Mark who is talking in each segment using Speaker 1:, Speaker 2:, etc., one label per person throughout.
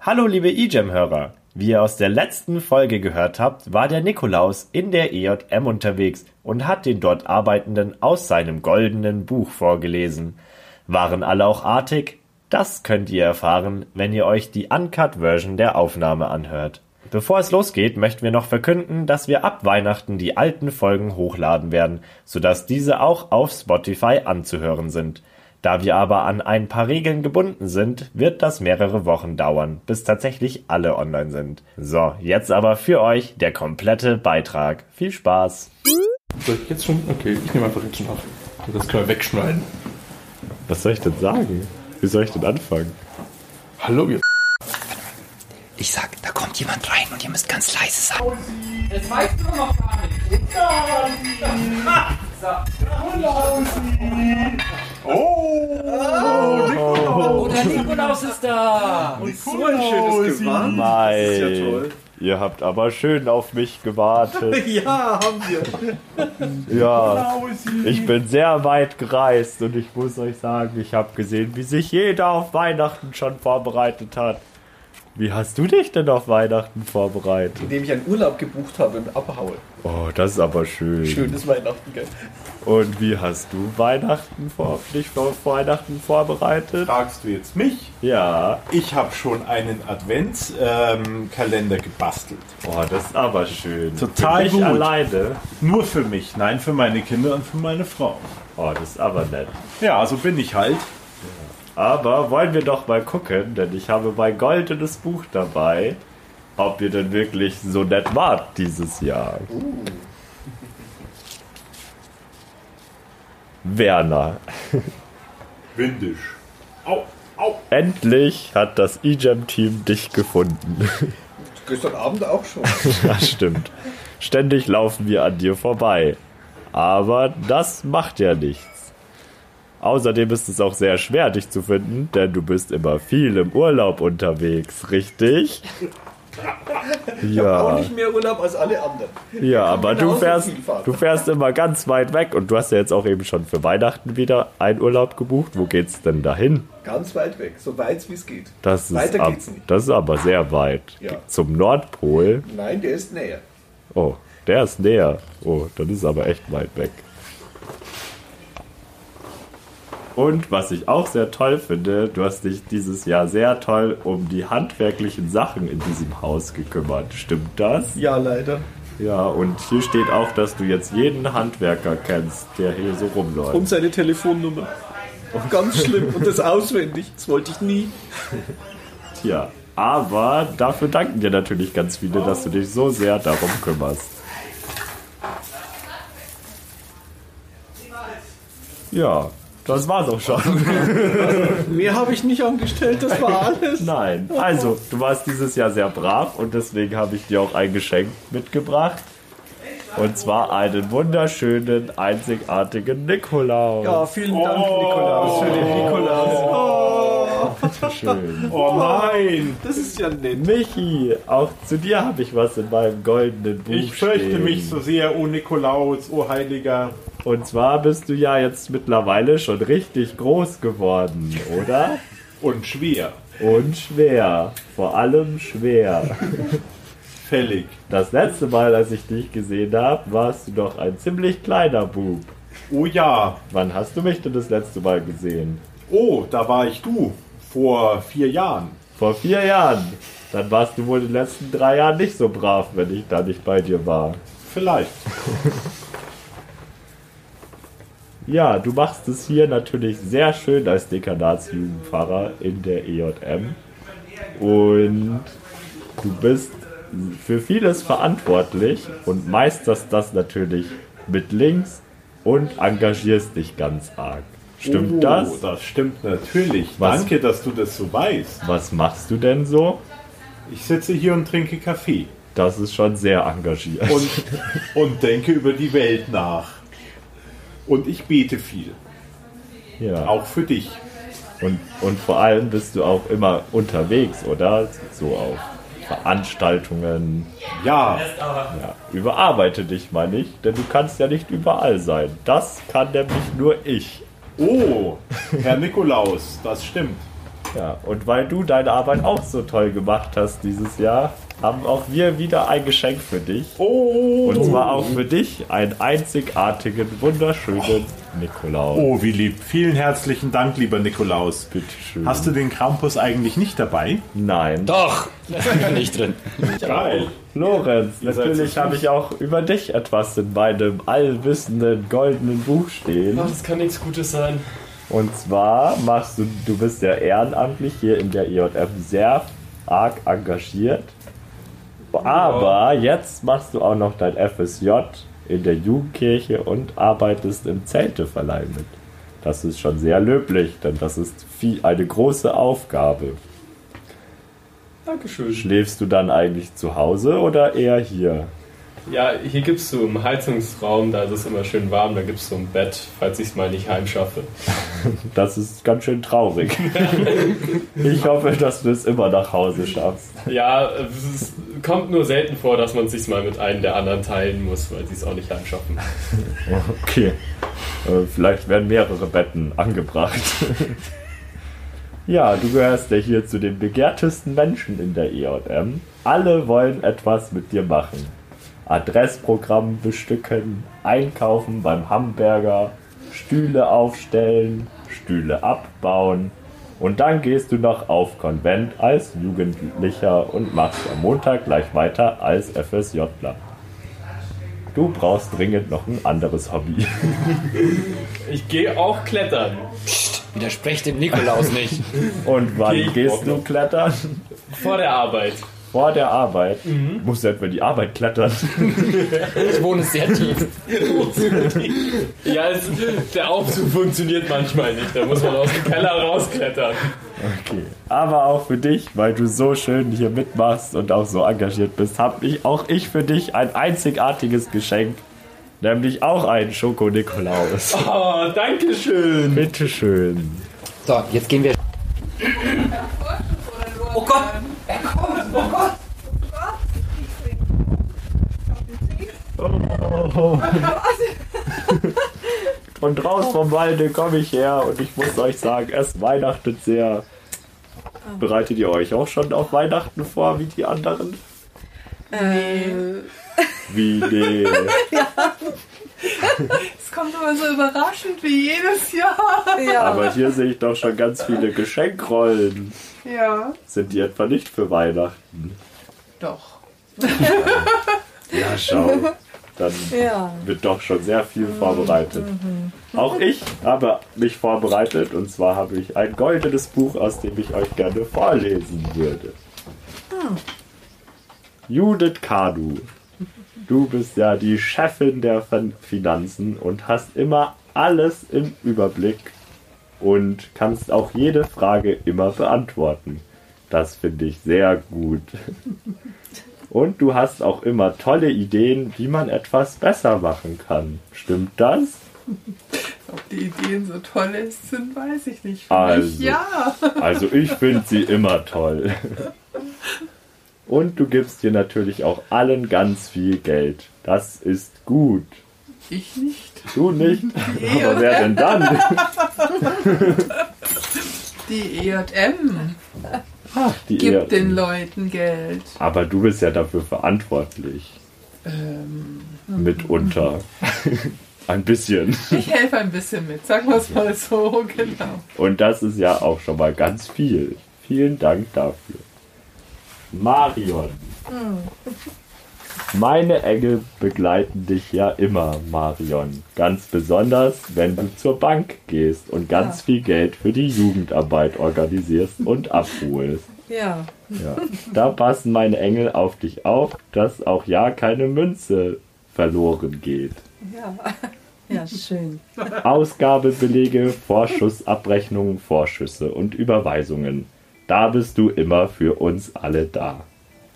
Speaker 1: Hallo liebe eGEM-Hörer! Wie ihr aus der letzten Folge gehört habt, war der Nikolaus in der EJM unterwegs und hat den dort Arbeitenden aus seinem goldenen Buch vorgelesen. Waren alle auch artig? Das könnt ihr erfahren, wenn ihr euch die Uncut-Version der Aufnahme anhört. Bevor es losgeht, möchten wir noch verkünden, dass wir ab Weihnachten die alten Folgen hochladen werden, sodass diese auch auf Spotify anzuhören sind. Da wir aber an ein paar Regeln gebunden sind, wird das mehrere Wochen dauern, bis tatsächlich alle online sind. So, jetzt aber für euch der komplette Beitrag. Viel Spaß!
Speaker 2: Soll ich jetzt schon? Okay, ich nehme einfach jetzt schon auf. Das können wir wegschneiden.
Speaker 1: Was soll ich denn sagen? Wie soll ich denn anfangen?
Speaker 2: Hallo, ihr.
Speaker 3: Ich sag, da kommt jemand rein und ihr müsst ganz leise sein.
Speaker 4: Das weißt du noch gar nicht. Oh, der Nikolaus ist da.
Speaker 5: So ein schönes Gewand.
Speaker 1: Nein.
Speaker 5: Das ist ja toll.
Speaker 1: Ihr habt aber schön auf mich gewartet.
Speaker 5: Ja, haben Genau, wir.
Speaker 1: Ja, ich bin sehr weit gereist und ich muss euch sagen, ich habe gesehen, wie sich jeder auf Weihnachten schon vorbereitet hat. Wie hast du dich denn auf Weihnachten vorbereitet?
Speaker 5: Indem ich einen Urlaub gebucht habe und abhaue.
Speaker 1: Oh, das ist aber schön.
Speaker 5: Schönes Weihnachten, gell?
Speaker 1: Und wie hast du Weihnachten vor, dich auf Weihnachten vorbereitet?
Speaker 6: Fragst du jetzt mich?
Speaker 1: Ja.
Speaker 6: Ich habe schon einen Adventskalender ähm, gebastelt.
Speaker 1: Oh, das ist aber schön.
Speaker 6: Total
Speaker 1: Für mich
Speaker 6: gut.
Speaker 1: alleine.
Speaker 6: Nur für mich, nein, für meine Kinder und für meine Frau.
Speaker 1: Oh, das ist aber nett.
Speaker 6: Ja, so bin ich halt.
Speaker 1: Aber wollen wir doch mal gucken, denn ich habe mein goldenes Buch dabei, ob ihr denn wirklich so nett wart dieses Jahr. Werner,
Speaker 6: Windisch. Au, au.
Speaker 1: endlich hat das E eGem-Team dich gefunden.
Speaker 5: Gestern Abend auch schon.
Speaker 1: Das stimmt. Ständig laufen wir an dir vorbei. Aber das macht ja nichts. Außerdem ist es auch sehr schwer, dich zu finden, denn du bist immer viel im Urlaub unterwegs, richtig?
Speaker 5: Auch
Speaker 1: Ja,
Speaker 5: nicht mehr Urlaub als alle anderen.
Speaker 1: ja, aber du
Speaker 5: genauso
Speaker 1: fährst,
Speaker 5: viel fahren.
Speaker 1: du fährst immer ganz weit weg und du hast ja jetzt auch eben schon für Weihnachten wieder einen Urlaub gebucht. Wo geht's denn dahin?
Speaker 5: Ganz weit weg, so weit wie es geht.
Speaker 1: Das ist,
Speaker 5: Weiter
Speaker 1: ab-
Speaker 5: geht's nicht.
Speaker 1: das ist aber sehr weit.
Speaker 5: Ja.
Speaker 1: Zum Nordpol.
Speaker 5: Nein, der ist näher.
Speaker 1: Oh, der ist näher. Oh, dann ist er aber echt weit weg. Und was ich auch sehr toll finde, du hast dich dieses Jahr sehr toll um die handwerklichen Sachen in diesem Haus gekümmert. Stimmt das?
Speaker 5: Ja, leider.
Speaker 1: Ja, und hier steht auch, dass du jetzt jeden Handwerker kennst, der hier so rumläuft.
Speaker 5: Und seine Telefonnummer. Ganz schlimm. Und das auswendig. Das wollte ich nie.
Speaker 1: Ja, aber dafür danken dir natürlich ganz viele, dass du dich so sehr darum kümmerst. Ja, das war's auch schon.
Speaker 5: Mehr habe ich nicht angestellt, das war alles.
Speaker 1: Nein, also, du warst dieses Jahr sehr brav und deswegen habe ich dir auch ein Geschenk mitgebracht. Und zwar einen wunderschönen, einzigartigen Nikolaus.
Speaker 5: Ja, vielen Dank,
Speaker 6: Oh.
Speaker 5: Nikolaus, für den Nikolaus. Oh,
Speaker 1: Schön.
Speaker 6: Oh nein,
Speaker 5: das ist ja nett.
Speaker 1: Michi, auch zu dir habe ich was in meinem goldenen Buch
Speaker 6: ich fürchte
Speaker 1: stehen.
Speaker 6: mich so sehr, oh Nikolaus, oh Heiliger.
Speaker 1: Und zwar bist du ja jetzt mittlerweile schon richtig groß geworden, oder?
Speaker 6: Und schwer,
Speaker 1: Und schwer. Vor allem schwer.
Speaker 6: fällig.
Speaker 1: Das letzte Mal, als ich dich gesehen habe, warst du doch ein ziemlich kleiner Bub.
Speaker 6: Oh ja,
Speaker 1: Wann hast du mich denn das letzte Mal gesehen?
Speaker 6: oh, da war ich du, vor vier Jahren.
Speaker 1: Vor vier Jahren. Dann warst du wohl in den letzten drei Jahren nicht so brav, wenn ich da nicht bei dir war.
Speaker 6: Vielleicht.
Speaker 1: Ja, du machst es hier natürlich sehr schön als Dekanatsjugendpfarrer in der EJM. Und du bist für vieles verantwortlich und meisterst das natürlich mit links und engagierst dich ganz arg. Stimmt
Speaker 6: oh,
Speaker 1: das?
Speaker 6: Das stimmt natürlich.
Speaker 1: Was?
Speaker 6: Danke, dass du das so weißt.
Speaker 1: Was machst du denn so?
Speaker 6: Ich sitze hier und trinke Kaffee.
Speaker 1: Das ist schon sehr engagiert.
Speaker 6: und, und denke über die Welt nach. Und ich bete viel,
Speaker 1: ja.
Speaker 6: auch für dich.
Speaker 1: Und, und vor allem bist du auch immer unterwegs, oder? So auf Veranstaltungen,
Speaker 6: Ja,
Speaker 1: Ja, überarbeite dich mal nicht, denn du kannst ja nicht überall sein. Das kann nämlich nur ich.
Speaker 6: oh, Herr Nikolaus, das stimmt.
Speaker 1: Ja, und weil du deine Arbeit auch so toll gemacht hast dieses Jahr, haben auch wir wieder ein Geschenk für dich.
Speaker 7: Oh,
Speaker 1: Und zwar auch für dich einen einzigartigen, wunderschönen Nikolaus.
Speaker 7: oh, wie lieb. Vielen herzlichen Dank, lieber Nikolaus.
Speaker 1: Bitteschön.
Speaker 7: Hast du den Krampus eigentlich nicht dabei?
Speaker 1: Nein.
Speaker 3: Doch, das bin ich nicht drin.
Speaker 7: Geil.
Speaker 1: Lorenz,
Speaker 7: seid
Speaker 1: natürlich
Speaker 7: so
Speaker 1: habe ich auch über dich etwas in meinem allwissenden goldenen Buch stehen.
Speaker 6: Ach, das kann nichts Gutes sein.
Speaker 1: Und zwar machst du, du bist ja ehrenamtlich hier in der EJF sehr arg engagiert. Aber jetzt machst du auch noch dein FSJ in der Jugendkirche und arbeitest im Zelteverleih mit. Das ist schon sehr löblich, denn das ist viel, eine große Aufgabe.
Speaker 6: Dankeschön.
Speaker 1: Schläfst du dann eigentlich zu Hause oder eher hier?
Speaker 6: Ja, hier gibt's so im Heizungsraum, da ist es immer schön warm, da gibt's so ein Bett, falls ich's mal nicht heimschaffe.
Speaker 1: Das ist ganz schön traurig. ich hoffe, dass du es immer nach Hause schaffst.
Speaker 6: Ja, es ist, kommt nur selten vor, dass man sich's mal mit einem der anderen teilen muss, weil sie's auch nicht heimschaffen.
Speaker 1: Okay. Äh, Vielleicht werden mehrere Betten angebracht. ja, du gehörst ja hier zu den begehrtesten Menschen in der EM. Alle wollen etwas mit dir machen. Adressprogramm bestücken, einkaufen beim Hamburger, Stühle aufstellen, Stühle abbauen. Und dann gehst du noch auf Konvent als Jugendlicher und machst am Montag gleich weiter als FSJler. Du brauchst dringend noch ein anderes Hobby.
Speaker 6: Ich gehe auch klettern.
Speaker 3: Widersprecht dem Nikolaus nicht.
Speaker 1: Und wann
Speaker 6: Geh ich
Speaker 1: gehst
Speaker 6: auch
Speaker 1: du
Speaker 6: noch.
Speaker 1: klettern?
Speaker 6: Vor der Arbeit. Mhm.
Speaker 1: Vor der Arbeit. Musst du etwa die Arbeit klettern?
Speaker 3: Ich wohne sehr tief.
Speaker 6: Ja, es, der Aufzug funktioniert manchmal nicht, da muss man aus dem Keller rausklettern.
Speaker 1: Okay. Aber auch für dich, weil du so schön hier mitmachst und auch so engagiert bist, habe ich auch ich für dich ein einzigartiges Geschenk. Nämlich auch einen Schoko-Nikolaus.
Speaker 6: Oh, Dankeschön.
Speaker 1: Bitteschön.
Speaker 3: So, jetzt gehen wir.
Speaker 8: Oh Gott! Er kommt! Oh Gott!
Speaker 1: Und raus vom Walde komme ich her und ich muss euch sagen, es weihnachtet sehr. Bereitet ihr euch auch schon auf Weihnachten vor, wie die anderen? Wie, nee.
Speaker 4: Es kommt immer so überraschend wie jedes Jahr.
Speaker 9: Ja,
Speaker 1: Aber hier sehe ich doch schon ganz viele Geschenkrollen.
Speaker 4: Ja.
Speaker 1: Sind die etwa nicht für Weihnachten?
Speaker 4: Doch.
Speaker 1: Ja, schau. Dann
Speaker 9: ja.
Speaker 1: wird doch schon sehr viel vorbereitet. Auch ich habe mich vorbereitet und zwar habe ich ein goldenes Buch, aus dem ich euch gerne vorlesen würde. Judith Kadu, du bist ja die Chefin der Fin- Finanzen und hast immer alles im Überblick und kannst auch jede Frage immer beantworten. Das finde ich sehr gut. Und du hast auch immer tolle Ideen, wie man etwas besser machen kann. Stimmt das?
Speaker 4: Ob die Ideen so toll sind, weiß ich nicht. Für
Speaker 1: Also.
Speaker 4: mich ja.
Speaker 1: Also ich finde sie immer toll. Und du gibst dir natürlich auch allen ganz viel Geld. Das ist gut.
Speaker 4: Ich nicht.
Speaker 1: Du nicht? Aber wer denn dann?
Speaker 4: Die EM
Speaker 1: Die
Speaker 4: gibt
Speaker 1: Ehren.
Speaker 4: den Leuten Geld.
Speaker 1: Aber du bist ja dafür verantwortlich. Mitunter. Ein bisschen.
Speaker 4: Ich helfe ein bisschen mit, sagen wir es mal so, genau.
Speaker 1: Und das ist ja auch schon mal ganz viel. Vielen Dank dafür. Marion. Meine Engel begleiten dich ja immer, Marion. Ganz besonders, wenn du zur Bank gehst und ganz viel Geld für die Jugendarbeit organisierst und abholst.
Speaker 9: Ja.
Speaker 1: Ja. Da passen meine Engel auf dich auf, dass auch ja keine Münze verloren geht.
Speaker 9: Ja, schön.
Speaker 1: Ausgabebelege, Vorschussabrechnungen, Vorschüsse und Überweisungen. Da bist du immer für uns alle da.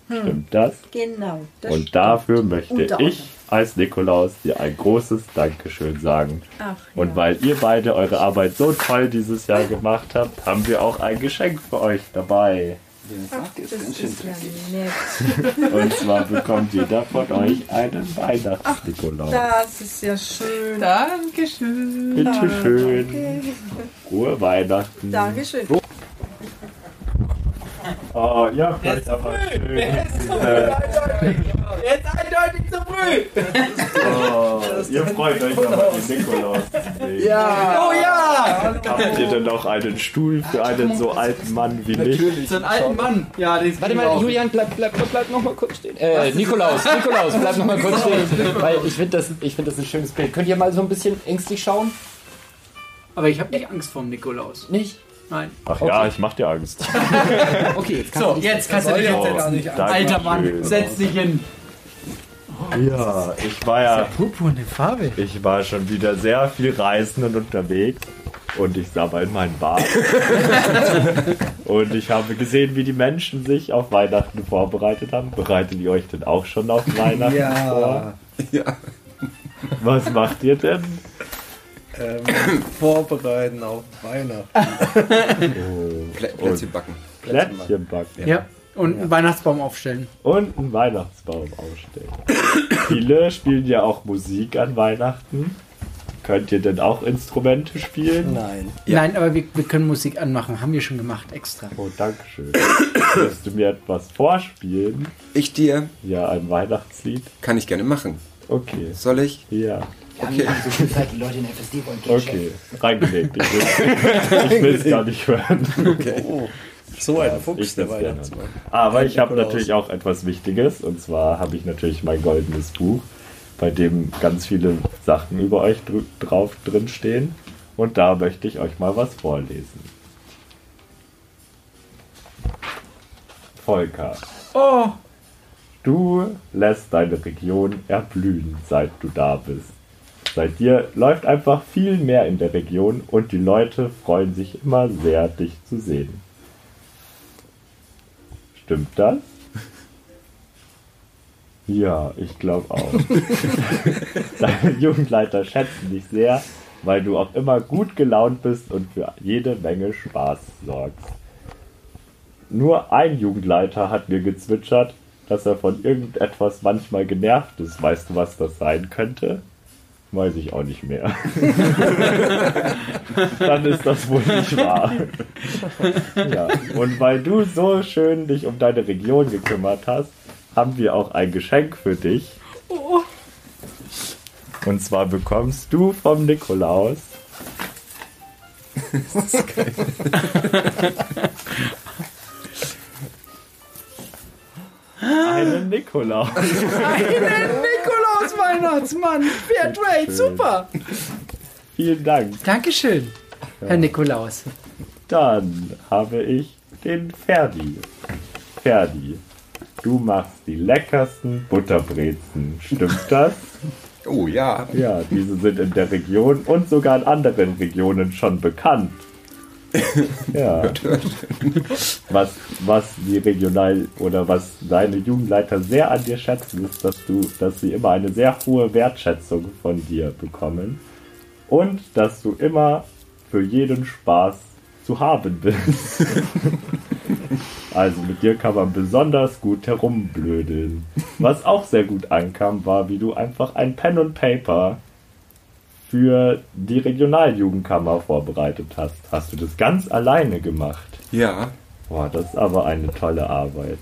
Speaker 1: Stimmt das?
Speaker 9: Genau. Hm, Das
Speaker 1: Und dafür möchte
Speaker 9: Unter
Speaker 1: ich als Nikolaus dir ein großes Dankeschön sagen.
Speaker 9: Ach,
Speaker 1: Und
Speaker 9: ja.
Speaker 1: weil ihr beide eure Arbeit so toll dieses Jahr gemacht habt, haben wir auch ein Geschenk für euch dabei.
Speaker 9: das ist ja nett.
Speaker 1: Und zwar bekommt jeder von euch einen Weihnachts-Nikolaus.
Speaker 9: Das ist ja schön.
Speaker 4: Dankeschön.
Speaker 1: Bitteschön. Frohe Weihnachten.
Speaker 9: Dankeschön.
Speaker 1: Ah, ja, vielleicht Äh, aber.
Speaker 10: Er ist eindeutig zu früh.
Speaker 1: Oh, ihr freut euch aber den Nikolaus. Ja.
Speaker 10: Oh ja!
Speaker 1: Habt ihr denn noch einen Stuhl für einen so alten Mann wie mich?
Speaker 11: Natürlich.
Speaker 10: So einen alten Mann. Ja, den
Speaker 5: Warte mal, Julian, bleib, bleib, bleib, bleib nochmal kurz stehen. Äh, Nikolaus, Nikolaus, bleib nochmal kurz stehen. Weil ich finde das, ich find das ein schönes Bild. Könnt ihr mal so ein bisschen ängstlich schauen?
Speaker 12: Aber ich habe nicht Angst vor dem Nikolaus.
Speaker 5: Nicht?
Speaker 12: Nein.
Speaker 1: Ach ja, ich mach dir Angst.
Speaker 5: Okay, jetzt kannst
Speaker 10: So,
Speaker 5: du dich
Speaker 10: jetzt kannst du dich
Speaker 1: Oh,
Speaker 10: hinsetzen.
Speaker 1: Dankeschön.
Speaker 10: Alter Mann, setz dich hin.
Speaker 1: Ja, ich war ja
Speaker 11: Purpurne Farbe.
Speaker 1: Ich war schon wieder sehr viel Reisenden unterwegs und ich sah bald meinen Bart. und ich habe gesehen, wie die Menschen sich auf Weihnachten vorbereitet haben. Bereitet ihr euch denn auch schon auf Weihnachten vor?
Speaker 11: Ja.
Speaker 1: Was macht ihr denn?
Speaker 11: Ähm, vorbereiten auf Weihnachten.
Speaker 5: Plä Plätzchen backen.
Speaker 1: Plätzchen backen
Speaker 12: Ja. Und einen Weihnachtsbaum aufstellen.
Speaker 1: und einen Weihnachtsbaum aufstellen. Viele spielen ja auch Musik an Weihnachten. Könnt ihr denn auch Instrumente spielen?
Speaker 11: Nein.
Speaker 12: Nein, aber wir, wir können Musik anmachen. Haben wir schon gemacht, extra.
Speaker 1: Oh, Dankeschön. Willst du mir etwas vorspielen?
Speaker 13: Ich dir
Speaker 1: Ja, ein Weihnachtslied.
Speaker 13: kann ich gerne machen.
Speaker 1: Okay.
Speaker 13: Soll ich?
Speaker 1: Ja.
Speaker 13: Okay.
Speaker 5: Zeit, die Leute in der FSD wollen Geld schenken.
Speaker 1: Okay. Reingelegt. Ich will es gar nicht hören.
Speaker 11: Oh, So ein Fuchs,
Speaker 1: Ich
Speaker 11: der
Speaker 1: will's gerne.
Speaker 11: Weihnachtsmann.
Speaker 1: Aber ich habe
Speaker 11: Nikolaus.
Speaker 1: natürlich auch etwas Wichtiges. Und zwar habe ich natürlich mein goldenes Buch, bei dem ganz viele Sachen über euch dr drauf drin stehen. Und da möchte ich euch mal was vorlesen. Volker.
Speaker 10: Oh,
Speaker 1: Du lässt deine Region erblühen, seit du da bist. Seit dir läuft einfach viel mehr in der Region und die Leute freuen sich immer sehr, dich zu sehen. Stimmt das? Ja, ich glaube auch. Deine Jugendleiter schätzen dich sehr, weil du auch immer gut gelaunt bist und für jede Menge Spaß sorgst. Nur ein Jugendleiter hat mir gezwitschert, dass er von irgendetwas manchmal genervt ist. Weißt du, was das sein könnte? Weiß ich auch nicht mehr. Dann ist das wohl nicht wahr. Ja. Und weil du so schön dich um deine Region gekümmert hast, haben wir auch ein Geschenk für dich. Und zwar bekommst du vom Nikolaus einen Nikolaus.
Speaker 10: Nikolaus Weihnachtsmann. Fairtrade, super.
Speaker 1: Vielen Dank.
Speaker 12: Dankeschön, Herr Nikolaus.
Speaker 1: Dann habe ich den Ferdi. Ferdi, du machst die leckersten Butterbrezen. Stimmt das?
Speaker 13: Oh ja.
Speaker 1: Ja, diese sind in der Region und sogar in anderen Regionen schon bekannt. Ja. Was, was die regional oder was deine Jugendleiter sehr an dir schätzen, ist, dass du, dass sie immer eine sehr hohe Wertschätzung von dir bekommen und dass du immer für jeden Spaß zu haben bist. Also mit dir kann man besonders gut herumblödeln. Was auch sehr gut ankam, war, wie du einfach ein Pen und Paper für die Regionaljugendkammer vorbereitet hast. Hast du das ganz alleine gemacht?
Speaker 13: Ja.
Speaker 1: Boah, das ist aber eine tolle Arbeit.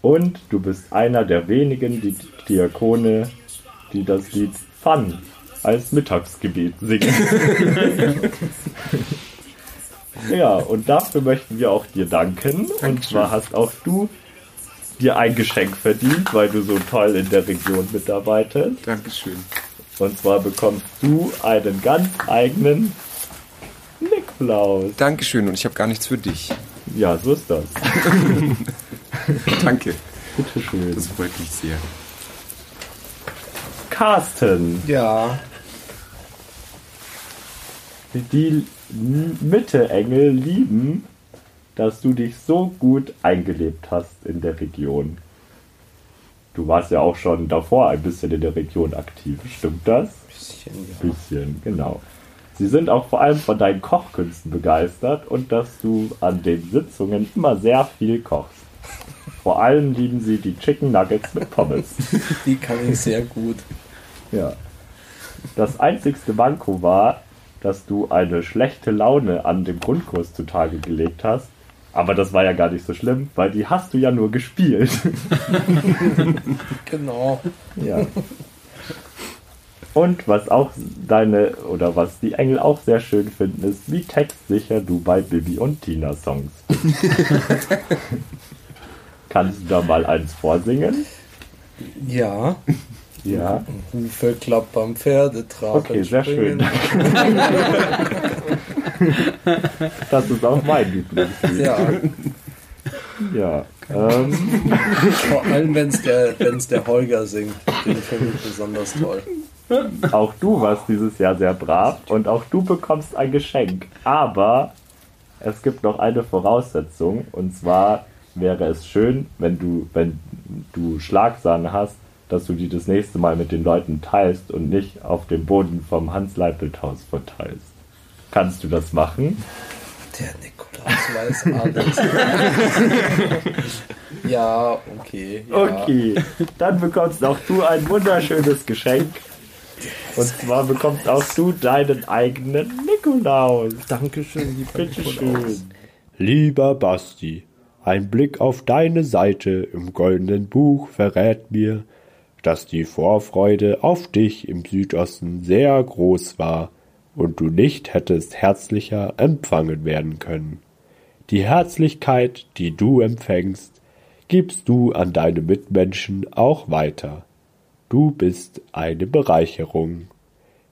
Speaker 1: Und du bist einer der wenigen Di Diakone, die das Lied Fun als Mittagsgebet singen. ja, und dafür möchten wir auch dir danken. Hm, Und zwar hast auch du dir ein Geschenk verdient, weil du so toll in der Region mitarbeitest.
Speaker 13: Dankeschön.
Speaker 1: Und zwar bekommst du einen ganz eigenen Nikolaus.
Speaker 13: Dankeschön und ich habe gar nichts für dich.
Speaker 1: Ja, so ist das.
Speaker 13: Danke.
Speaker 1: Bitteschön.
Speaker 13: Das freut mich sehr.
Speaker 1: Carsten,
Speaker 11: Ja.
Speaker 1: die N- Mitte-Engel lieben, dass du dich so gut eingelebt hast in der Region. Du warst ja auch schon davor ein bisschen in der Region aktiv, stimmt das?
Speaker 11: Bisschen, ja.
Speaker 1: Bisschen, genau. Sie sind auch vor allem von deinen Kochkünsten begeistert und dass du an den Sitzungen immer sehr viel kochst. Vor allem lieben sie die Chicken Nuggets mit Pommes.
Speaker 11: Die kann ich sehr gut.
Speaker 1: Ja. Das einzigste Manko war, dass du eine schlechte Laune an dem Grundkurs zutage gelegt hast Aber das war ja gar nicht so schlimm, weil die hast du ja nur gespielt.
Speaker 5: Genau.
Speaker 1: Ja. Und was auch deine oder was die Engel auch sehr schön finden, ist, wie textsicher du bei Bibi und Tina Songs bist. Kannst du da mal eins vorsingen?
Speaker 5: Ja.
Speaker 1: Ja.
Speaker 5: Hufe klappern, Pferde traben.
Speaker 1: Okay, sehr schön. Das ist auch mein Lieblingslied.
Speaker 5: Ja.
Speaker 1: Ja. Ähm,
Speaker 5: Vor allem, wenn es der, wenn's der Holger singt. Den finde ich besonders toll.
Speaker 1: auch du warst dieses Jahr sehr brav und auch du bekommst ein Geschenk. Aber es gibt noch eine Voraussetzung und zwar wäre es schön, wenn du, wenn du Schlagsahne hast, dass du die das nächste Mal mit den Leuten teilst und nicht auf dem Boden vom Hans-Leipelt-Haus verteilst. Kannst du das machen?
Speaker 5: Der Nikolaus weiß alles. ja, okay. Ja.
Speaker 1: Okay, dann bekommst auch du ein wunderschönes Geschenk. Und zwar bekommst auch du deinen eigenen Nikolaus.
Speaker 5: Dankeschön, lieber
Speaker 1: Bitteschön.
Speaker 14: Lieber Basti, ein Blick auf deine Seite im goldenen Buch verrät mir, dass die Vorfreude auf dich im Südosten sehr groß war und du nicht hättest herzlicher empfangen werden können. Die Herzlichkeit, die du empfängst, gibst du an deine Mitmenschen auch weiter. Du bist eine Bereicherung.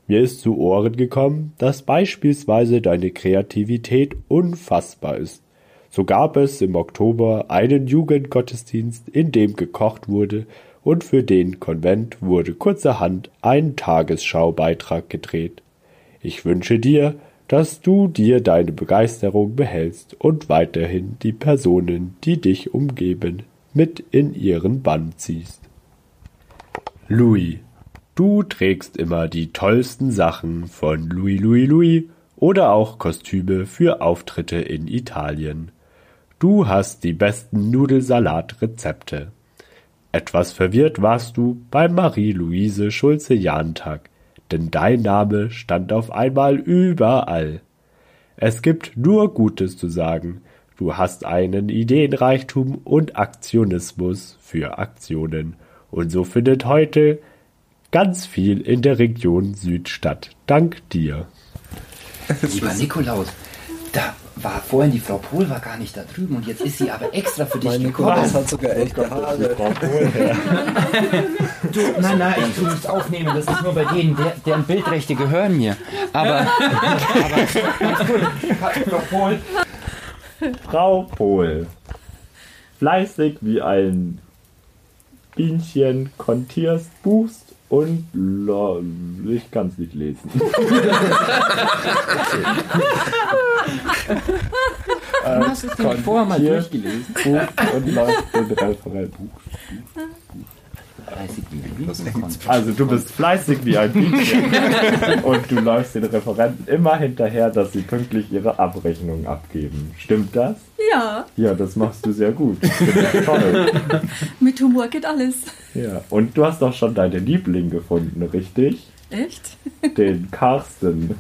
Speaker 14: Mir ist zu Ohren gekommen, dass beispielsweise deine Kreativität unfassbar ist. So gab es im Oktober einen Jugendgottesdienst, in dem gekocht wurde, und für den Konvent wurde kurzerhand ein Tagesschaubeitrag gedreht. Ich wünsche dir, dass du dir deine Begeisterung behältst und weiterhin die Personen, die dich umgeben, mit in ihren Bann ziehst. Louis, du trägst immer die tollsten Sachen von Louis Louis Louis oder auch Kostüme für Auftritte in Italien. Du hast die besten Nudelsalatrezepte. Etwas verwirrt warst du beim Marie-Louise Schulze-Jahntag, denn dein Name stand auf einmal überall. Es gibt nur Gutes zu sagen. Du hast einen Ideenreichtum und Aktionismus für Aktionen. Und so findet heute ganz viel in der Region Süd statt. Dank dir.
Speaker 3: Lieber Nikolaus, da war vorhin die Frau Pohl war gar nicht da drüben und jetzt ist sie aber extra für dich
Speaker 5: Mein Nikolaus
Speaker 3: gekommen.
Speaker 5: hat sogar echte Haare.
Speaker 3: Du, nein, nein, ich tu nichts aufnehmen. Das ist nur bei denen, der, deren Bildrechte gehören mir. Aber, aber
Speaker 1: Frau Pohl. Fleißig wie ein Bienchen kontierst, buchst und lo- ich kann's nicht lesen.
Speaker 3: du hast es nämlich vorher mal
Speaker 1: Kontier-
Speaker 3: durchgelesen.
Speaker 1: Buchst und läuft den Referentbuch. Also du bist fleißig wie ein Bienchen und du läufst den Referenten immer hinterher, dass sie pünktlich ihre Abrechnung abgeben. Stimmt das?
Speaker 4: Ja,
Speaker 1: Ja, das machst du sehr gut. Das ist Toll.
Speaker 4: mit Humor geht alles.
Speaker 1: Ja. Und du hast doch schon deinen Liebling gefunden, richtig?
Speaker 4: Echt?
Speaker 1: Den Carsten.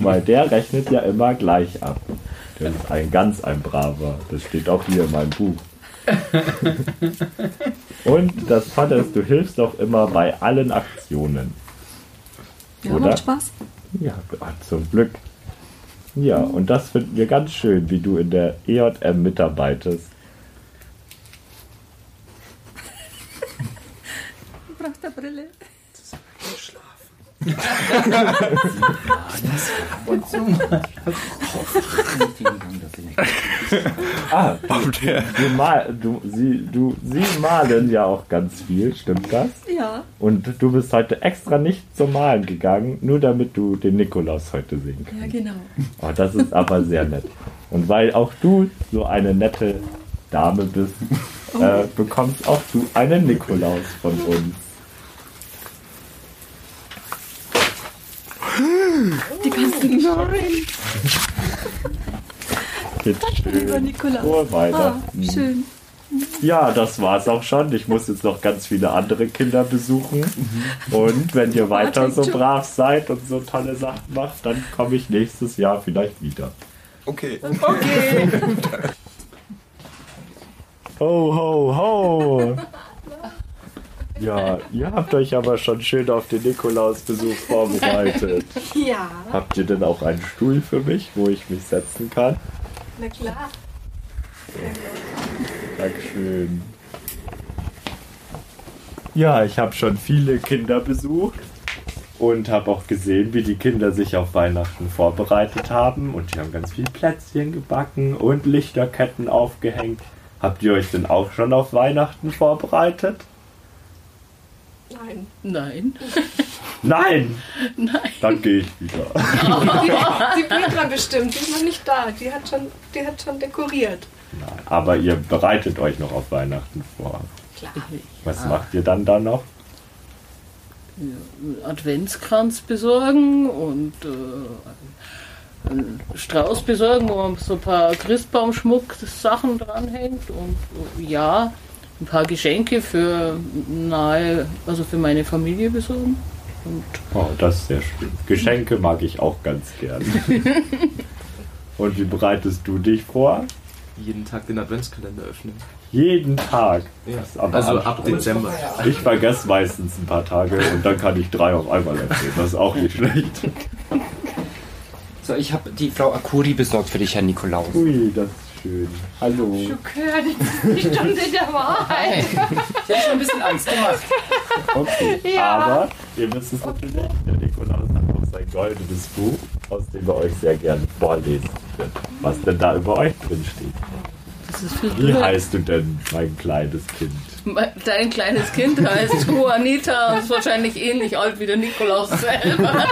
Speaker 1: Weil der rechnet ja immer gleich ab. Der ist ein ganz ein braver. Das steht auch hier in meinem Buch. Und das Vater ist, du hilfst doch immer bei allen Aktionen.
Speaker 4: Ja,
Speaker 1: Oder?
Speaker 4: macht Spaß.
Speaker 1: Ja, ah, zum Glück. Ja, und das finden wir ganz schön, wie du in der EJM mitarbeitest.
Speaker 4: Du brauchst eine Brille.
Speaker 1: Ah, du, mal, du, sie, du, sie malen ja auch ganz viel, stimmt das?
Speaker 4: Ja,
Speaker 1: Und du bist heute extra nicht zum Malen gegangen, nur damit du den Nikolaus heute sehen kannst.
Speaker 4: ja genau.
Speaker 1: Oh, das ist aber sehr nett. Und weil auch du so eine nette Dame bist,
Speaker 4: Oh.
Speaker 1: äh, bekommst auch du einen Nikolaus von uns.
Speaker 4: Die kannst du nicht Nein.
Speaker 1: Bitte
Speaker 4: Lieber
Speaker 1: schön.
Speaker 4: Nikolaus.
Speaker 1: Frohe
Speaker 4: Ah,
Speaker 1: Weihnachten.
Speaker 4: schön.
Speaker 1: Ja, das war's auch schon. Ich muss jetzt noch ganz viele andere Kinder besuchen.
Speaker 4: Mhm.
Speaker 1: Und wenn ihr weiter so brav seid und so tolle Sachen macht, dann komme ich nächstes Jahr vielleicht wieder.
Speaker 13: Okay.
Speaker 10: Okay.
Speaker 1: Ho, ho, ho! Ja, ihr habt euch aber schon schön auf den Nikolausbesuch vorbereitet.
Speaker 15: Ja,
Speaker 1: Habt ihr denn auch einen Stuhl für mich, wo ich mich setzen kann?
Speaker 15: na klar.
Speaker 1: Dankeschön. Ja, ich habe schon viele Kinder besucht und habe auch gesehen, wie die Kinder sich auf Weihnachten vorbereitet haben. Und die haben ganz viel Plätzchen gebacken und Lichterketten aufgehängt. Habt ihr euch denn auch schon auf Weihnachten vorbereitet?
Speaker 15: Nein. Nein.
Speaker 1: Nein!
Speaker 15: Nein.
Speaker 1: Dann gehe ich wieder.
Speaker 15: Die, die Petra bestimmt, die ist noch nicht da. Die hat schon, die hat schon dekoriert.
Speaker 1: Aber ihr bereitet euch noch auf Weihnachten vor.
Speaker 15: Klar.
Speaker 1: Was
Speaker 16: Ah.
Speaker 1: macht ihr dann da noch?
Speaker 16: Adventskranz besorgen und äh, einen Strauß besorgen, wo man so ein paar Christbaumschmuck-Sachen dranhängt und äh, ja, ein paar Geschenke für nahe, also für meine Familie besorgen. Und
Speaker 1: Oh, das ist sehr schön. Geschenke mag ich auch ganz gern. Und wie bereitest du dich vor?
Speaker 11: Jeden Tag den Adventskalender öffnen.
Speaker 1: Jeden Tag.
Speaker 11: Ja.
Speaker 1: Das ist aber
Speaker 11: Also ab
Speaker 1: anstrengend.
Speaker 11: Dezember.
Speaker 1: Ich vergesse meistens ein paar Tage und dann kann ich drei auf einmal erzählen. Das ist auch nicht schlecht.
Speaker 3: So, ich habe die Frau Akuri besorgt für dich, Herr Nikolaus.
Speaker 1: Ui, das ist schön. Hallo.
Speaker 15: Gehört jetzt die Stunde der Wahrheit.
Speaker 3: Ich hab schon ein bisschen Angst gemacht.
Speaker 1: Okay.
Speaker 15: Ja.
Speaker 1: Aber ihr wisst es natürlich, der Nikolaus hat auch sein goldenes Buch, aus dem er euch sehr gerne vorlesen wird. Was denn da über euch drinsteht?
Speaker 16: das ist viel
Speaker 1: Wie
Speaker 16: Glück.
Speaker 1: heißt du denn, mein kleines Kind?
Speaker 16: Me- Dein kleines Kind heißt Juanita und ist wahrscheinlich ähnlich alt wie der Nikolaus selber.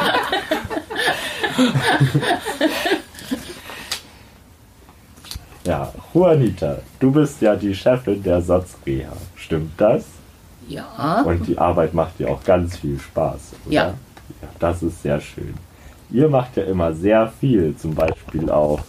Speaker 1: Ja, Juanita, du bist ja die Chefin der Satzreha. Stimmt das?
Speaker 16: Ja.
Speaker 1: Und die Arbeit macht dir auch ganz viel Spaß. Oder?
Speaker 16: Ja.
Speaker 1: Ja, Das ist sehr schön. Ihr macht ja immer sehr viel, zum Beispiel auch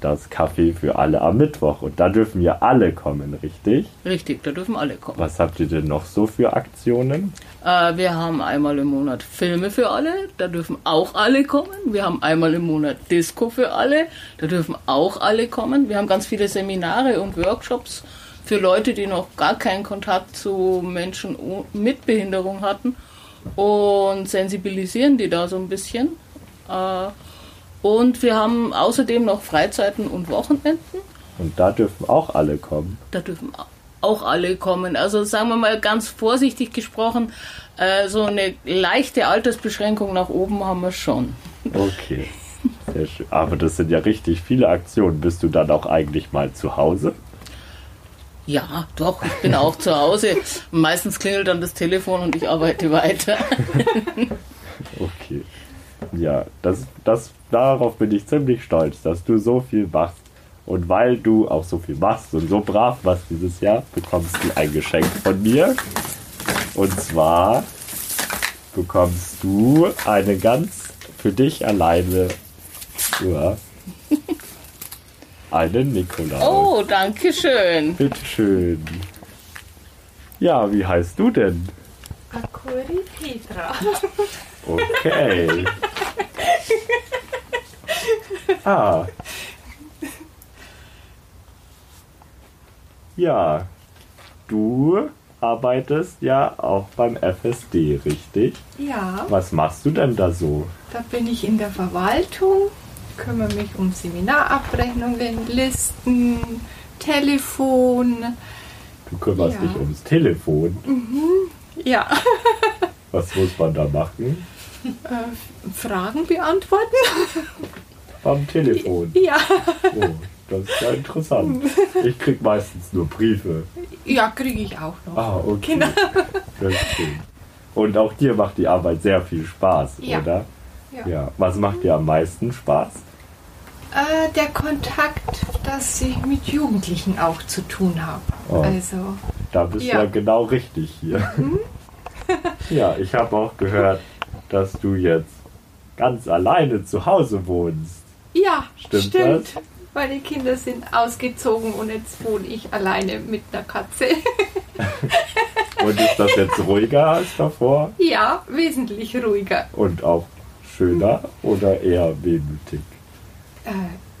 Speaker 1: das Kaffee für alle am Mittwoch. Und da dürfen ja alle kommen, richtig?
Speaker 16: Richtig, da dürfen alle kommen.
Speaker 1: Was habt ihr denn noch so für Aktionen?
Speaker 16: Äh, wir haben einmal im Monat Filme für alle, da dürfen auch alle kommen. Wir haben einmal im Monat Disco für alle, da dürfen auch alle kommen. Wir haben ganz viele Seminare und Workshops für Leute, die noch gar keinen Kontakt zu Menschen o- mit Behinderung hatten und sensibilisieren die da so ein bisschen. Äh, und wir haben außerdem noch Freizeiten und Wochenenden.
Speaker 1: Und da dürfen auch alle kommen.
Speaker 16: Da dürfen auch alle kommen. Also sagen wir mal ganz vorsichtig gesprochen, äh, so eine leichte Altersbeschränkung nach oben haben wir schon.
Speaker 1: Okay. Sehr schön. Aber das sind ja richtig viele Aktionen. Bist du dann auch eigentlich mal zu Hause?
Speaker 16: Ja, doch, ich bin auch zu Hause. Meistens klingelt dann das Telefon und ich arbeite weiter.
Speaker 1: Okay. Ja, das, das, darauf bin ich ziemlich stolz, dass du so viel machst. Und weil du auch so viel machst und so brav warst dieses Jahr, bekommst du ein Geschenk von mir. Und zwar bekommst du eine ganz für dich alleine ja, einen Nikolaus.
Speaker 16: Oh, danke schön.
Speaker 1: Bitteschön. Ja, wie heißt du denn?
Speaker 15: Akuri Petra.
Speaker 1: Okay. Ah. Ja, du arbeitest ja auch beim FSD, richtig?
Speaker 15: Ja.
Speaker 1: Was machst du denn da so?
Speaker 15: Da bin ich in der Verwaltung, kümmere mich um Seminarabrechnungen, Listen, Telefon.
Speaker 1: Du kümmerst
Speaker 15: Ja.
Speaker 1: dich ums Telefon.
Speaker 15: Mhm. Ja,
Speaker 1: Was muss man da machen?
Speaker 15: äh, Fragen beantworten.
Speaker 1: Am Telefon.
Speaker 15: Ja,
Speaker 1: Oh, das ist ja interessant. Ich krieg meistens nur Briefe.
Speaker 15: ja kriege ich auch noch.
Speaker 1: Ah, okay.
Speaker 15: Genau.
Speaker 1: Das ist schön. Und auch dir macht die Arbeit sehr viel Spaß,
Speaker 15: Ja.
Speaker 1: oder?
Speaker 15: Ja.
Speaker 1: Was macht dir am meisten Spaß?
Speaker 15: Äh, der Kontakt, dass ich mit Jugendlichen auch zu tun habe.
Speaker 1: Oh.
Speaker 15: Also,
Speaker 1: Da bist du ja
Speaker 15: Ja. Mhm.
Speaker 1: genau richtig hier. ja, ich habe auch gehört, dass du jetzt ganz alleine zu Hause wohnst.
Speaker 15: ja,
Speaker 1: Stimmt
Speaker 15: stimmt. Meine Kinder sind ausgezogen und jetzt wohne ich alleine mit einer Katze.
Speaker 1: Und ist das jetzt ruhiger als davor?
Speaker 15: ja, wesentlich ruhiger. Mhm.
Speaker 1: Und auch schöner oder eher wehmütig?
Speaker 15: Äh,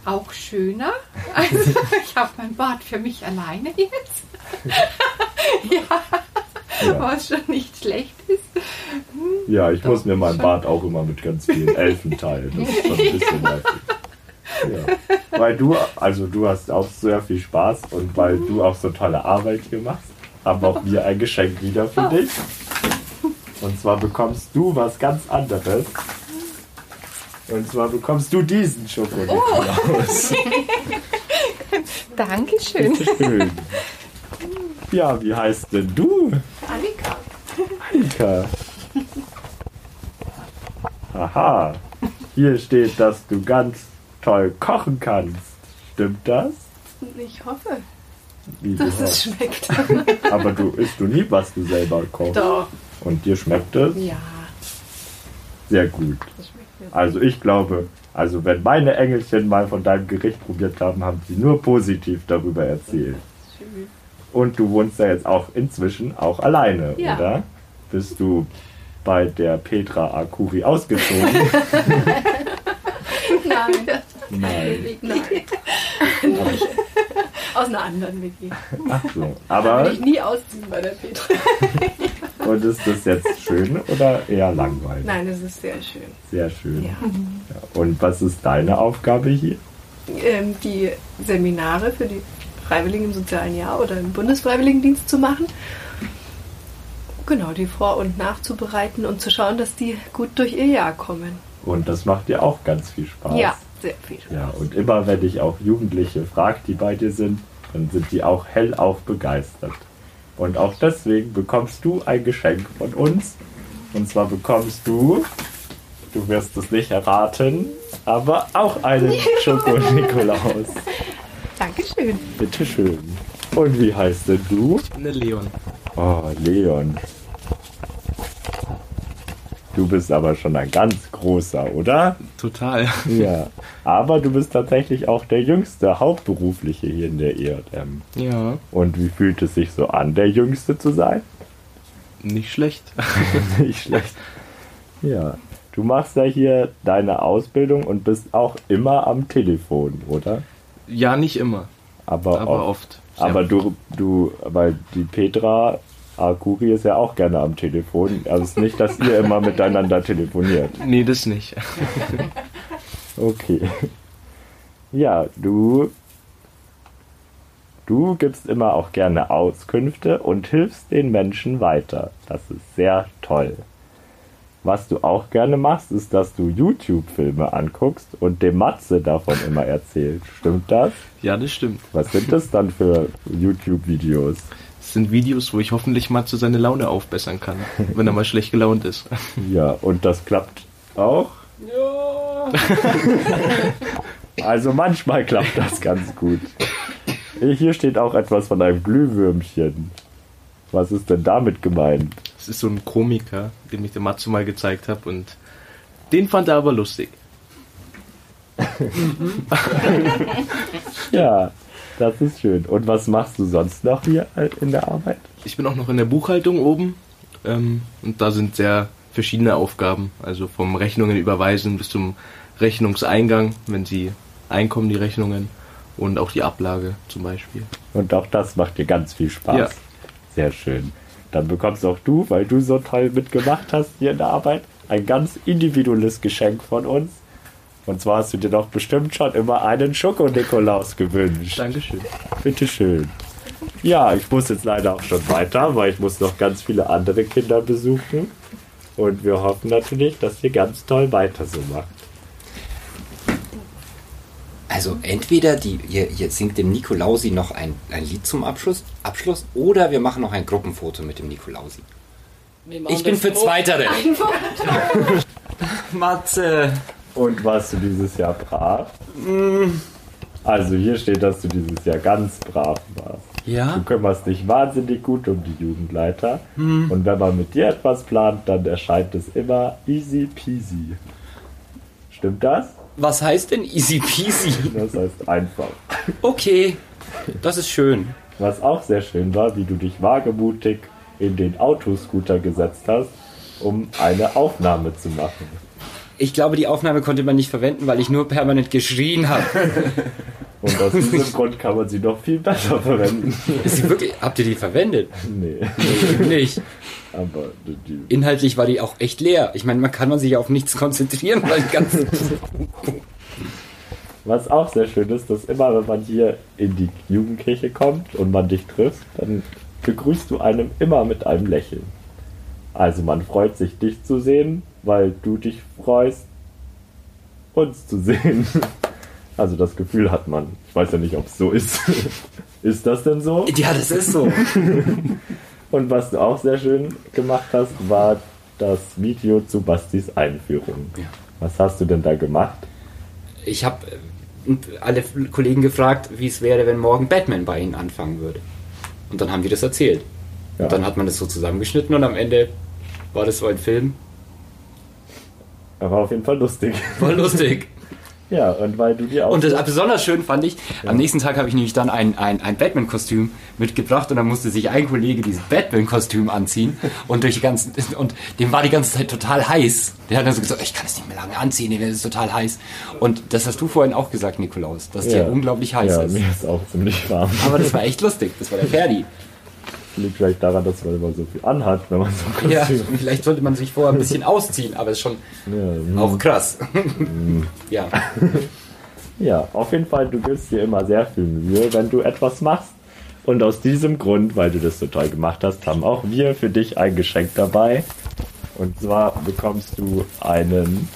Speaker 15: auch schöner. Also ich habe mein Bad für mich alleine jetzt. ja,
Speaker 1: Ja.
Speaker 15: was schon nicht schlecht ist. Hm,
Speaker 1: Ja, ich muss mir mein
Speaker 15: schon.
Speaker 1: Bad auch immer mit ganz vielen Elfen teilen. Das ist schon ein bisschen nervig. Ja. Weil du, also du hast auch sehr viel Spaß und weil du auch so tolle Arbeit hier machst, haben auch wir ein Geschenk wieder für dich. Und zwar bekommst du was ganz anderes. Und zwar bekommst du diesen Schokoladenklaus.
Speaker 15: Dankeschön.
Speaker 1: Schön. Ja, wie heißt denn du?
Speaker 15: Annika.
Speaker 1: Annika. Aha. Hier steht, dass du ganz toll kochen kannst. Stimmt das?
Speaker 15: Ich hoffe,
Speaker 1: Wie
Speaker 15: dass es
Speaker 1: gesagt.
Speaker 15: schmeckt.
Speaker 1: Aber du isst du nie, was du selber kochst.
Speaker 15: Doch.
Speaker 1: Und dir schmeckt es?
Speaker 15: Ja.
Speaker 1: Sehr gut. Also ich glaube, also wenn meine Engelchen mal von deinem Gericht probiert haben, haben sie nur positiv darüber erzählt. Und du wohnst ja jetzt auch inzwischen auch alleine,
Speaker 15: Ja.
Speaker 1: oder? Bist du bei der Petra Akuri ausgezogen?
Speaker 9: Nein.
Speaker 1: Nein.
Speaker 9: Nein. Aus einer anderen WG.
Speaker 1: Ach so. Aber
Speaker 9: Will ich nie ausziehen bei der Petra.
Speaker 1: und ist das jetzt schön oder eher langweilig?
Speaker 9: Nein, das ist sehr schön.
Speaker 1: Sehr schön.
Speaker 9: Ja.
Speaker 1: Und was ist deine Aufgabe hier?
Speaker 9: Ähm, die Seminare für die Freiwilligen im sozialen Jahr oder im Bundesfreiwilligendienst zu machen. Genau, die vor- und nachzubereiten und zu schauen, dass die gut durch ihr Jahr kommen.
Speaker 1: Und das macht dir auch ganz viel Spaß.
Speaker 9: Ja, sehr viel.
Speaker 1: Ja, und immer wenn ich auch Jugendliche frage, die bei dir sind, dann sind die auch hellauf begeistert. Und auch deswegen bekommst du ein Geschenk von uns. Und zwar bekommst du, du wirst es nicht erraten, aber auch einen Schoko-Nikolaus.
Speaker 9: Dankeschön.
Speaker 1: Bitteschön. Und wie heißt denn du?
Speaker 11: Ne Leon.
Speaker 1: Oh, Leon. Du bist aber schon ein ganz großer, oder?
Speaker 11: Total.
Speaker 1: Ja. Aber du bist tatsächlich auch der jüngste Hauptberufliche hier in der EJM.
Speaker 11: Ja.
Speaker 1: Und wie fühlt es sich so an, der jüngste zu sein?
Speaker 11: Nicht schlecht.
Speaker 1: Nicht schlecht. Ja. Du machst ja hier deine Ausbildung und bist auch immer am Telefon, oder?
Speaker 11: Ja, nicht immer.
Speaker 1: Aber,
Speaker 11: Aber oft. Sehr
Speaker 1: Aber
Speaker 11: oft.
Speaker 1: du, du, weil die Petra Akuri ist ja auch gerne am Telefon. Also es ist nicht, dass ihr immer miteinander telefoniert.
Speaker 11: Nee, das nicht.
Speaker 1: Okay. Ja, du. Du gibst immer auch gerne Auskünfte und hilfst den Menschen weiter. Das ist sehr toll. Was du auch gerne machst, ist, dass du YouTube-Filme anguckst und dem Matze davon immer erzählst. Stimmt das?
Speaker 11: Ja, das stimmt.
Speaker 1: Was sind das dann für YouTube-Videos?
Speaker 11: Das sind Videos, wo ich hoffentlich mal zu seine Laune aufbessern kann, wenn er mal schlecht gelaunt ist.
Speaker 1: Ja, und das klappt auch. Also manchmal klappt das ganz gut. Hier steht auch etwas von einem Glühwürmchen. Was ist denn damit gemeint?
Speaker 11: Es ist so ein Komiker, den ich dem Matsu mal gezeigt habe und den fand er aber lustig.
Speaker 1: Ja, das ist schön. Und was machst du sonst noch hier in der Arbeit?
Speaker 11: Ich bin auch noch in der Buchhaltung oben ähm, und da sind sehr verschiedene Aufgaben, also vom Rechnungen überweisen bis zum Rechnungseingang, wenn sie einkommen, die Rechnungen und auch die Ablage zum Beispiel.
Speaker 1: Und auch das macht dir ganz viel Spaß.
Speaker 11: Ja.
Speaker 1: Sehr schön. Dann bekommst auch du, weil du so toll mitgemacht hast hier in der Arbeit, ein ganz individuelles Geschenk von uns. Und zwar hast du dir doch bestimmt schon immer einen Schoko-Nikolaus gewünscht.
Speaker 11: Dankeschön.
Speaker 1: Bitteschön. Ja, ich muss jetzt leider auch schon weiter, weil ich muss noch ganz viele andere Kinder besuchen. Und wir hoffen natürlich, dass ihr ganz toll weiter so macht.
Speaker 3: Also entweder die, ihr, ihr singt dem Nikolausi noch ein, ein Lied zum Abschluss, Abschluss oder wir machen noch ein Gruppenfoto mit dem Nikolausi. Ich bin für Zweiteres.
Speaker 1: Matze! Und warst du dieses Jahr brav? Also hier steht, dass du dieses Jahr ganz brav warst.
Speaker 11: Ja?
Speaker 1: Du kümmerst dich wahnsinnig gut um die Jugendleiter.
Speaker 11: Hm.
Speaker 1: Und wenn man mit dir etwas plant, dann erscheint es immer easy peasy. Stimmt das?
Speaker 3: Was heißt denn easy peasy?
Speaker 1: Das heißt einfach.
Speaker 3: Okay, das ist schön.
Speaker 1: Was auch sehr schön war, wie du dich wagemutig in den Autoscooter gesetzt hast, um eine Aufnahme zu machen.
Speaker 3: Ich glaube, die Aufnahme konnte man nicht verwenden, weil ich nur permanent geschrien habe.
Speaker 1: Und aus diesem Grund kann man sie noch viel besser verwenden.
Speaker 3: Ist die wirklich, habt ihr die verwendet?
Speaker 1: Nee.
Speaker 3: Nicht.
Speaker 1: Aber die,
Speaker 3: Inhaltlich war die auch echt leer. Ich meine, man kann man sich ja auf nichts konzentrieren, weil die ganze
Speaker 1: was auch sehr schön ist, dass immer, wenn man hier in die Jugendkirche kommt und man dich trifft, dann begrüßt du einem immer mit einem Lächeln. Also man freut sich, dich zu sehen, weil du dich freust, uns zu sehen. Also das Gefühl hat man. Ich weiß ja nicht, ob es so ist. Ist das denn so?
Speaker 3: Ja, das ist so.
Speaker 1: Und was du auch sehr schön gemacht hast, war das Video zu Bastis Einführung. Was hast du denn da gemacht?
Speaker 3: Ich habe alle Kollegen gefragt, wie es wäre, wenn morgen Batman bei ihnen anfangen würde. Und dann haben die das erzählt. Und dann hat man das so zusammengeschnitten und am Ende war das so ein Film.
Speaker 1: Er war auf jeden Fall lustig.
Speaker 3: War lustig.
Speaker 1: Ja, und weil du dir auch.
Speaker 3: Und das besonders schön fand ich, am nächsten Tag habe ich nämlich dann ein, ein, ein Batman-Kostüm mitgebracht und dann musste sich ein Kollege dieses Batman-Kostüm anziehen und durch die ganzen, und dem war die ganze Zeit total heiß. Der hat dann so gesagt, ich kann es nicht mehr lange anziehen, mir ist total heiß. Und das hast du vorhin auch gesagt, Nikolaus, dass dir unglaublich heiß
Speaker 1: ja,
Speaker 3: ist.
Speaker 1: Mir ist auch ziemlich warm.
Speaker 3: Aber das war echt lustig, das war der Ferdi.
Speaker 1: Liegt vielleicht daran, dass man immer so viel anhat, wenn man so Kostüm
Speaker 3: Ja, vielleicht sollte man sich vorher ein bisschen ausziehen, aber es ist schon auch krass. Mm. ja.
Speaker 1: Ja, auf jeden Fall, du gibst dir immer sehr viel Mühe, wenn du etwas machst. Und aus diesem Grund, weil du das so toll gemacht hast, haben auch wir für dich ein Geschenk dabei. Und zwar bekommst du einen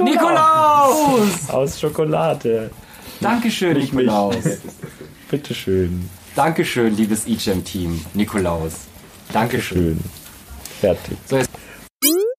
Speaker 10: Nikolaus!
Speaker 1: aus Schokolade.
Speaker 3: Oh, Dankeschön,
Speaker 1: Nicht mich.
Speaker 3: Nikolaus.
Speaker 1: Bitteschön.
Speaker 3: Dankeschön, liebes EGEM-Team, Nikolaus. Dankeschön.
Speaker 1: Fertig.
Speaker 3: So, jetzt